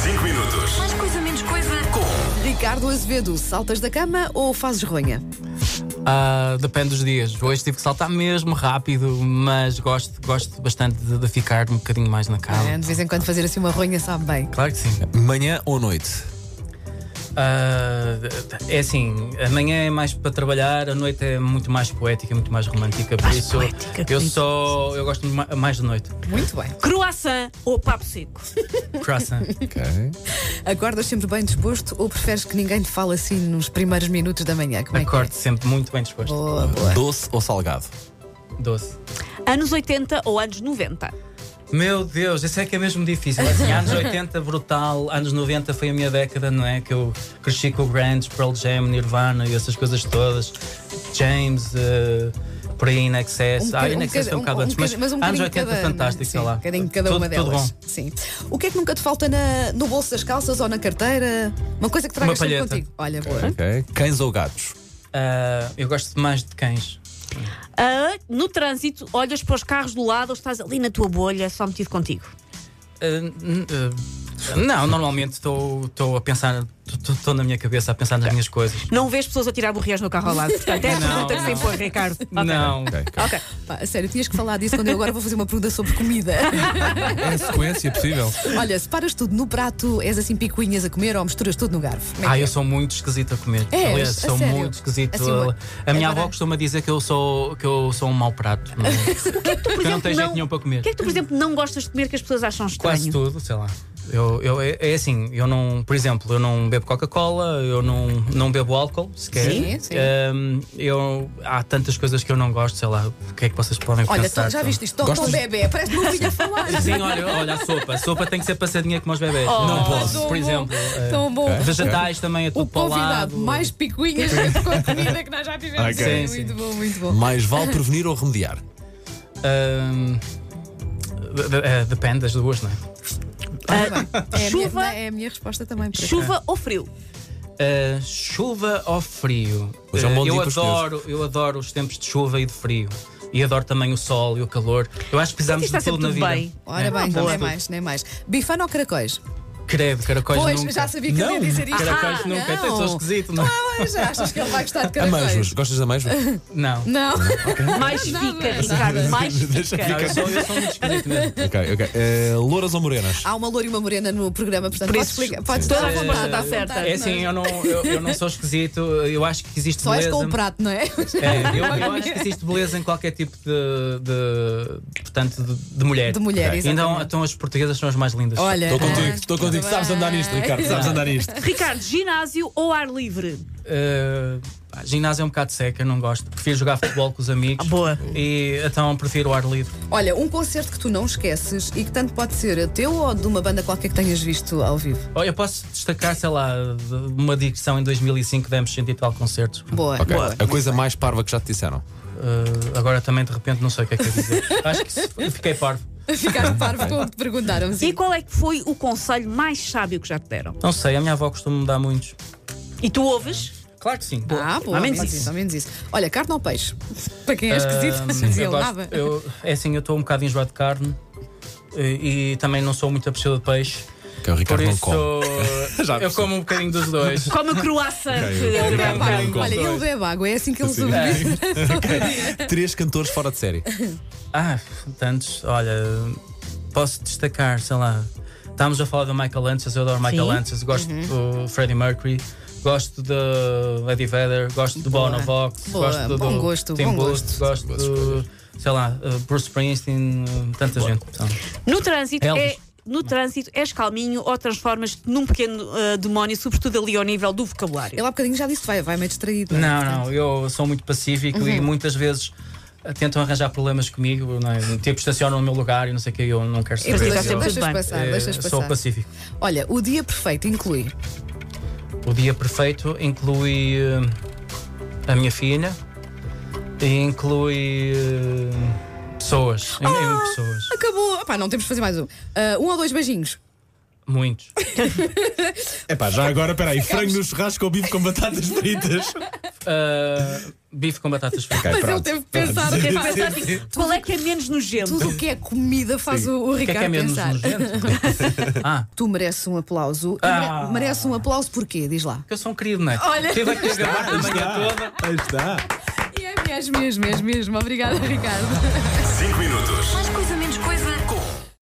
Coisas. Mais coisa, menos coisa. Ricardo Azevedo, saltas da cama ou fazes ronha? Ah, depende dos dias. Hoje tive que saltar mesmo rápido, mas gosto, gosto bastante de, de ficar um bocadinho mais na cama. Ah, De vez em quando fazer assim uma ronha sabe bem. Claro que sim. Manhã ou noite? Ah, é assim, amanhã é mais para trabalhar, a noite é muito mais poética, muito mais romântica. Por Mais isso poética, que eu lindo. só eu gosto ma- mais de noite. Muito bem. Croissant ou papo seco? Croissant. Ok. Acordas sempre bem disposto ou preferes que ninguém te fale assim nos primeiros minutos da manhã? Como é que Acordo sempre muito bem é? disposto. Boa, boa. Doce ou salgado? Doce. Anos 80 ou anos 90? Meu Deus, isso é que é mesmo difícil. Assim, anos 80, brutal. Anos 90 foi a minha década, não é? Que eu cresci com o Grunge, Pearl Jam, Nirvana e essas coisas todas. James, eh, por aí, In Excess. ah, In Excess foi um bocado antes, mas, anos 80 fantástico, sim, sei lá. Um bocadinho de cada tudo, uma tudo delas. bom. Sim. O que é que nunca te falta na- no bolso das calças ou na carteira? Uma coisa que tragas sempre palheta. contigo. Olha, boa. Ok. Cães ou gatos? Ah, eu gosto mais de cães. Ah, no trânsito, olhas para os carros do lado ou estás ali na tua bolha, só metido contigo? Ah, n- ah, não, normalmente estou estou a pensar, estou- estou na minha cabeça a pensar nas minhas coisas. Não vês pessoas a tirar borrias no carro ao lado. Portanto, é a Não, pergunta que se não. impõe, Ricardo. Ok. Não. Ok. Ok. Pá, a sério, tinhas que falar disso quando eu agora vou fazer uma pergunta sobre comida. É a sequência possível. Olha, separas tudo no prato, és assim picuinhas a comer ou misturas tudo no garfo? Como é que Ah, é? eu sou muito esquisito a comer. És? Aliás, A sou sério? muito esquisito. Assim, uma- a minha agora- avó costuma dizer que eu sou, que eu sou um mau prato. Não, que eu não tenho jeito nenhum para comer. O que é que tu, por exemplo, não gostas de comer que as pessoas acham estranho? Quase tudo, sei lá. Eu, eu, é, é assim, eu não, por exemplo, eu não bebo Coca-Cola, eu não, não bebo álcool sequer. Sim, sim. Ahm, eu, há tantas coisas que eu não gosto, sei lá, o que é que vocês podem Olha, pensar. então? tu já viste isto? Estou Gostas- um bebê, parece que não filho a falar. Sim, olha, olha a sopa. A sopa tem que ser passadinha como os bebés. Oh, não tão posso, bom. por exemplo. eh, Tão bom. Ok. Vegetais também é O tudo para o convidado lado. mais picuinhas com a comida que nós já tivemos. Ok. Sim, sim. Muito bom, muito bom. Mais vale prevenir ou remediar? Ahm, de- de- eh, depende das duas, não é? É a minha- Ah, Chuva- é a minha resposta também. para Chuva ou frio? Uh, chuva ou frio? Hoje é um bom Uh, dia eu para os adoro, eu adoro os tempos de chuva e de frio. E adoro também o sol e o calor. Eu acho que precisamos Está de tudo sempre tudo na vida. bem. Ora É, bem, precisamos nem de tudo. mais, nem mais. Bifana ou caracóis? Credo, caracóis pois, nunca. já sabia que ele ia Não, dizer isto. Caracóis Ah, nunca. não. Até sou esquisito, não é? Ah, já achas que ele vai gostar de Amêijoas. caracóis? Gostas de amêijoas? Não. É Não. Mais fica, Ricardo, mais Deixa fica. Não, eu, sou, eu sou muito esquisito mesmo. ok, ok. Eh, louras ou morenas? Há uma loura e uma morena no programa, portanto, Por podes isso- explicar. Podes Toda dar a à resposta vontade, está à vontade, certa. É assim, não eu não, eu, eu não sou esquisito. Eu acho que existe Só és beleza. com o prato, não é? É, eu, eu acho que existe beleza em qualquer tipo de, de portanto, de, de mulher. De mulher, Ok. Então, exatamente. então as portuguesas são as mais lindas. Olha. Estou contigo, ah, estou contigo. muito Sabes bem. andar nisto, Ricardo. Sabes andar nisto. Ricardo, ginásio ou ar livre? Uh, pá, ginásio é um bocado seca, não gosto. Prefiro jogar futebol com os Ah, amigos. boa. E então prefiro o ar livre. Olha, um concerto que tu não esqueces e que tanto pode ser teu ou de uma banda qualquer que tenhas visto ao vivo. Oh, Eu posso destacar, sei lá, de- uma digressão em 2005 demos 100 e tal concertos. Boa. Ok. boa. A coisa mais parva que já te disseram. Uh, agora também de repente não sei o que é que eu ia dizer. Acho que se- fiquei parvo. Ficaste parvo com o que te perguntaram. Tipo, E Sim. qual é que foi o conselho mais sábio que já te deram? Não sei, a minha avó costuma me dar muitos. E tu ouves? Claro que sim. Ah, boa. Ao menos mas isso. ao menos isso. Olha, carne ou peixe? Para quem é esquisito, não Ah, dizia ele eu gosto- nada. eu- é assim, eu estou um bocado enjoado de carne e, e também não sou muito apreciador de peixe. Que o Ricardo Por não isso, come. Já eu percebi. como um bocadinho dos dois. Come a croissant. Ok, que- ok. Ele Obrigado, bebe água. Ricardo. Olha, ele bebe água, é assim que ele Sim. sobrevive. Ok. Três cantores fora de série. Ah, tantos. Olha, posso destacar, sei lá. Estávamos a falar do Michael Lances, eu adoro Michael Sim. Lances, gosto Uhum. do Freddie Mercury, gosto do Lady Vader, gosto do Boa. Bono Vox, Boa. gosto do, Bom do gosto, Tim bom Booth, gosto. gosto Boas do, sei lá, uh, Bruce Springsteen, uh, tanta gente. Então, No trânsito Elvis. é. No trânsito és calminho ou transformas-te num pequeno ah, demónio, sobretudo ali ao nível do vocabulário. Ele há bocadinho já disse que vai, vai meio distraído. é? Não, não, eu sou muito pacífico e Uhum. muitas vezes uh, tentam arranjar problemas comigo, não é? tipo estacionam no meu lugar e não sei o que, eu não quero saber. Portanto, está Eu, sempre tudo deixas bem. passar, eh, deixas sou passar. pacífico. Olha, o dia perfeito inclui. O dia perfeito inclui eh, a minha filha e inclui eh, pessoas. em- Ah! em pessoas. Acabou. Opá, não temos de fazer mais um. Ah, um ou dois beijinhos. Muitos. É pá, já agora, peraí. Frango no churrasco ou bife com batatas fritas? Ah, bife com batatas fritas. Mas Ok, ele pronto. teve que pensar, Pronto. Quer teve que pensar assim, qual é que é menos nojento? Tudo o que é comida faz Sim. o, o O que é Ricardo que é menos pensar. nojento? ah, Tu mereces um aplauso. E Ah. mere- Merece um aplauso porquê? Diz lá. porque eu sou um querido, não é? Olha. Teve aqui a gabar da manhã toda. Aí está. E é mesmo, mesmo, mesmo. Obrigada, Ricardo. 5 minutos. Mais coisa, menos coisa. Com